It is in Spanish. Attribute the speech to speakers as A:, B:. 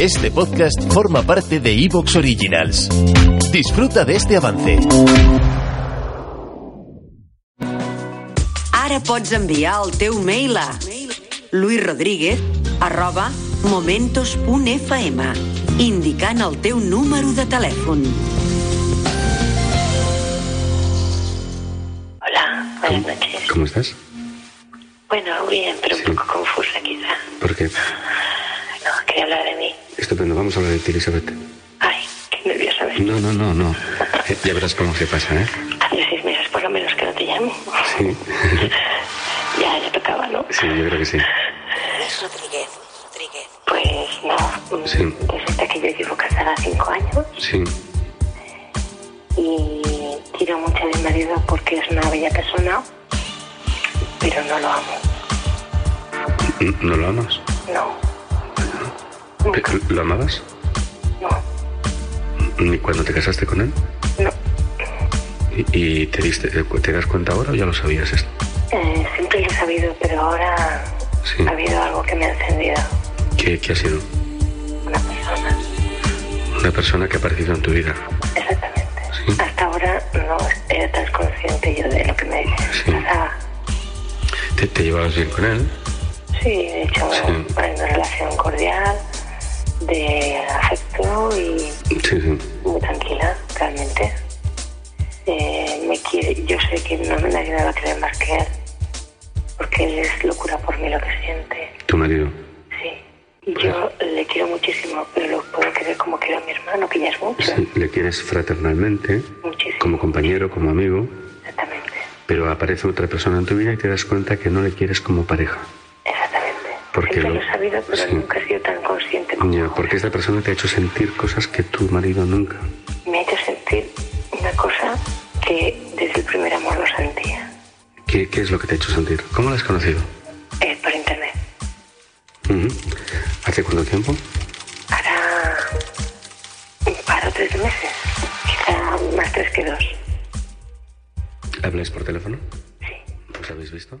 A: Este podcast forma parte de Evox Originals. Disfruta de este avance.
B: Ara pots enviar el teu mail a luisrodríguez arroba momentos.fm indicant el teu número de telèfon.
C: Hola, buenas noches.
D: ¿Cómo estás?
C: Bueno, bien, pero un
D: Sí.
C: poco confusa quizá.
D: ¿Por qué?
C: No, quería hablar de mí.
D: Estupendo, vamos a hablar de ti, Elizabeth.
C: Ay, qué nerviosa me
D: No, no, no, no. Eh, Ya verás cómo se pasa, ¿eh?
C: Hace seis meses por lo menos que no te llamo.
D: Sí.
C: Ya, ya tocaba, ¿no?
D: Sí, yo creo que sí.
E: Luis Rodríguez, Rodríguez.
C: Pues nada, mm,
D: Sí.
C: resulta que yo llevo casada cinco años
D: Sí,
C: y quiero mucho a mi marido porque es una bella persona, pero no lo amo.
D: N- ¿no lo amas?
C: No,
D: ¿Pe- ¿Lo amabas?
C: no,
D: ¿Ni cuando te casaste con él?
C: no.
D: ¿Y- ¿Y te, diste, eh, cu- te das cuenta ahora o ya lo sabías esto?
C: Eh, siempre lo he sabido, pero ahora
D: Sí.
C: ha habido algo que me ha encendido.
D: ¿Qué, qué ha sido?
C: Una persona.
D: Una persona que ha aparecido en tu vida.
C: Exactamente.
D: Sí.
C: Hasta ahora no era tan consciente yo de lo que me
D: Sí.
C: pasaba.
D: ¿Te, te llevabas bien con él?
C: Sí, de hecho,
D: Sí.
C: hay una relación cordial, de afecto y
D: Sí, sí.
C: muy tranquila, realmente. Eh, me quiere, yo sé que no me la ayudaba a querer más que él, porque él es locura por mí lo que siente.
D: ¿Tu marido?
C: Sí. Y yo le quiero muchísimo, pero lo puedo querer como quiero a mi hermano, que ya es mucho.
D: Sí. Le quieres fraternalmente,
C: Muchísimo.
D: como compañero, como amigo,
C: Exactamente.
D: pero aparece otra persona en tu vida y te das cuenta que no le quieres como pareja.
C: Exactamente.
D: Porque
C: Siempre
D: lo-
C: lo he sabido, pero
D: sí.
C: nunca he sido tan consciente como
D: Ya,
C: ahora.
D: porque esta persona te ha hecho sentir cosas que tu marido nunca.
C: me ha hecho sentir una cosa que desde el primer amor lo sentía,
D: ¿Qué, qué es lo que te ha hecho sentir? ¿Cómo la has conocido?
C: eh, por internet.
D: Ujú. ¿Hace cuánto tiempo?
C: Hará un par o tres meses, quizá más tres que dos.
D: ¿Habláis por teléfono?
C: Sí.
D: ¿Os habéis visto?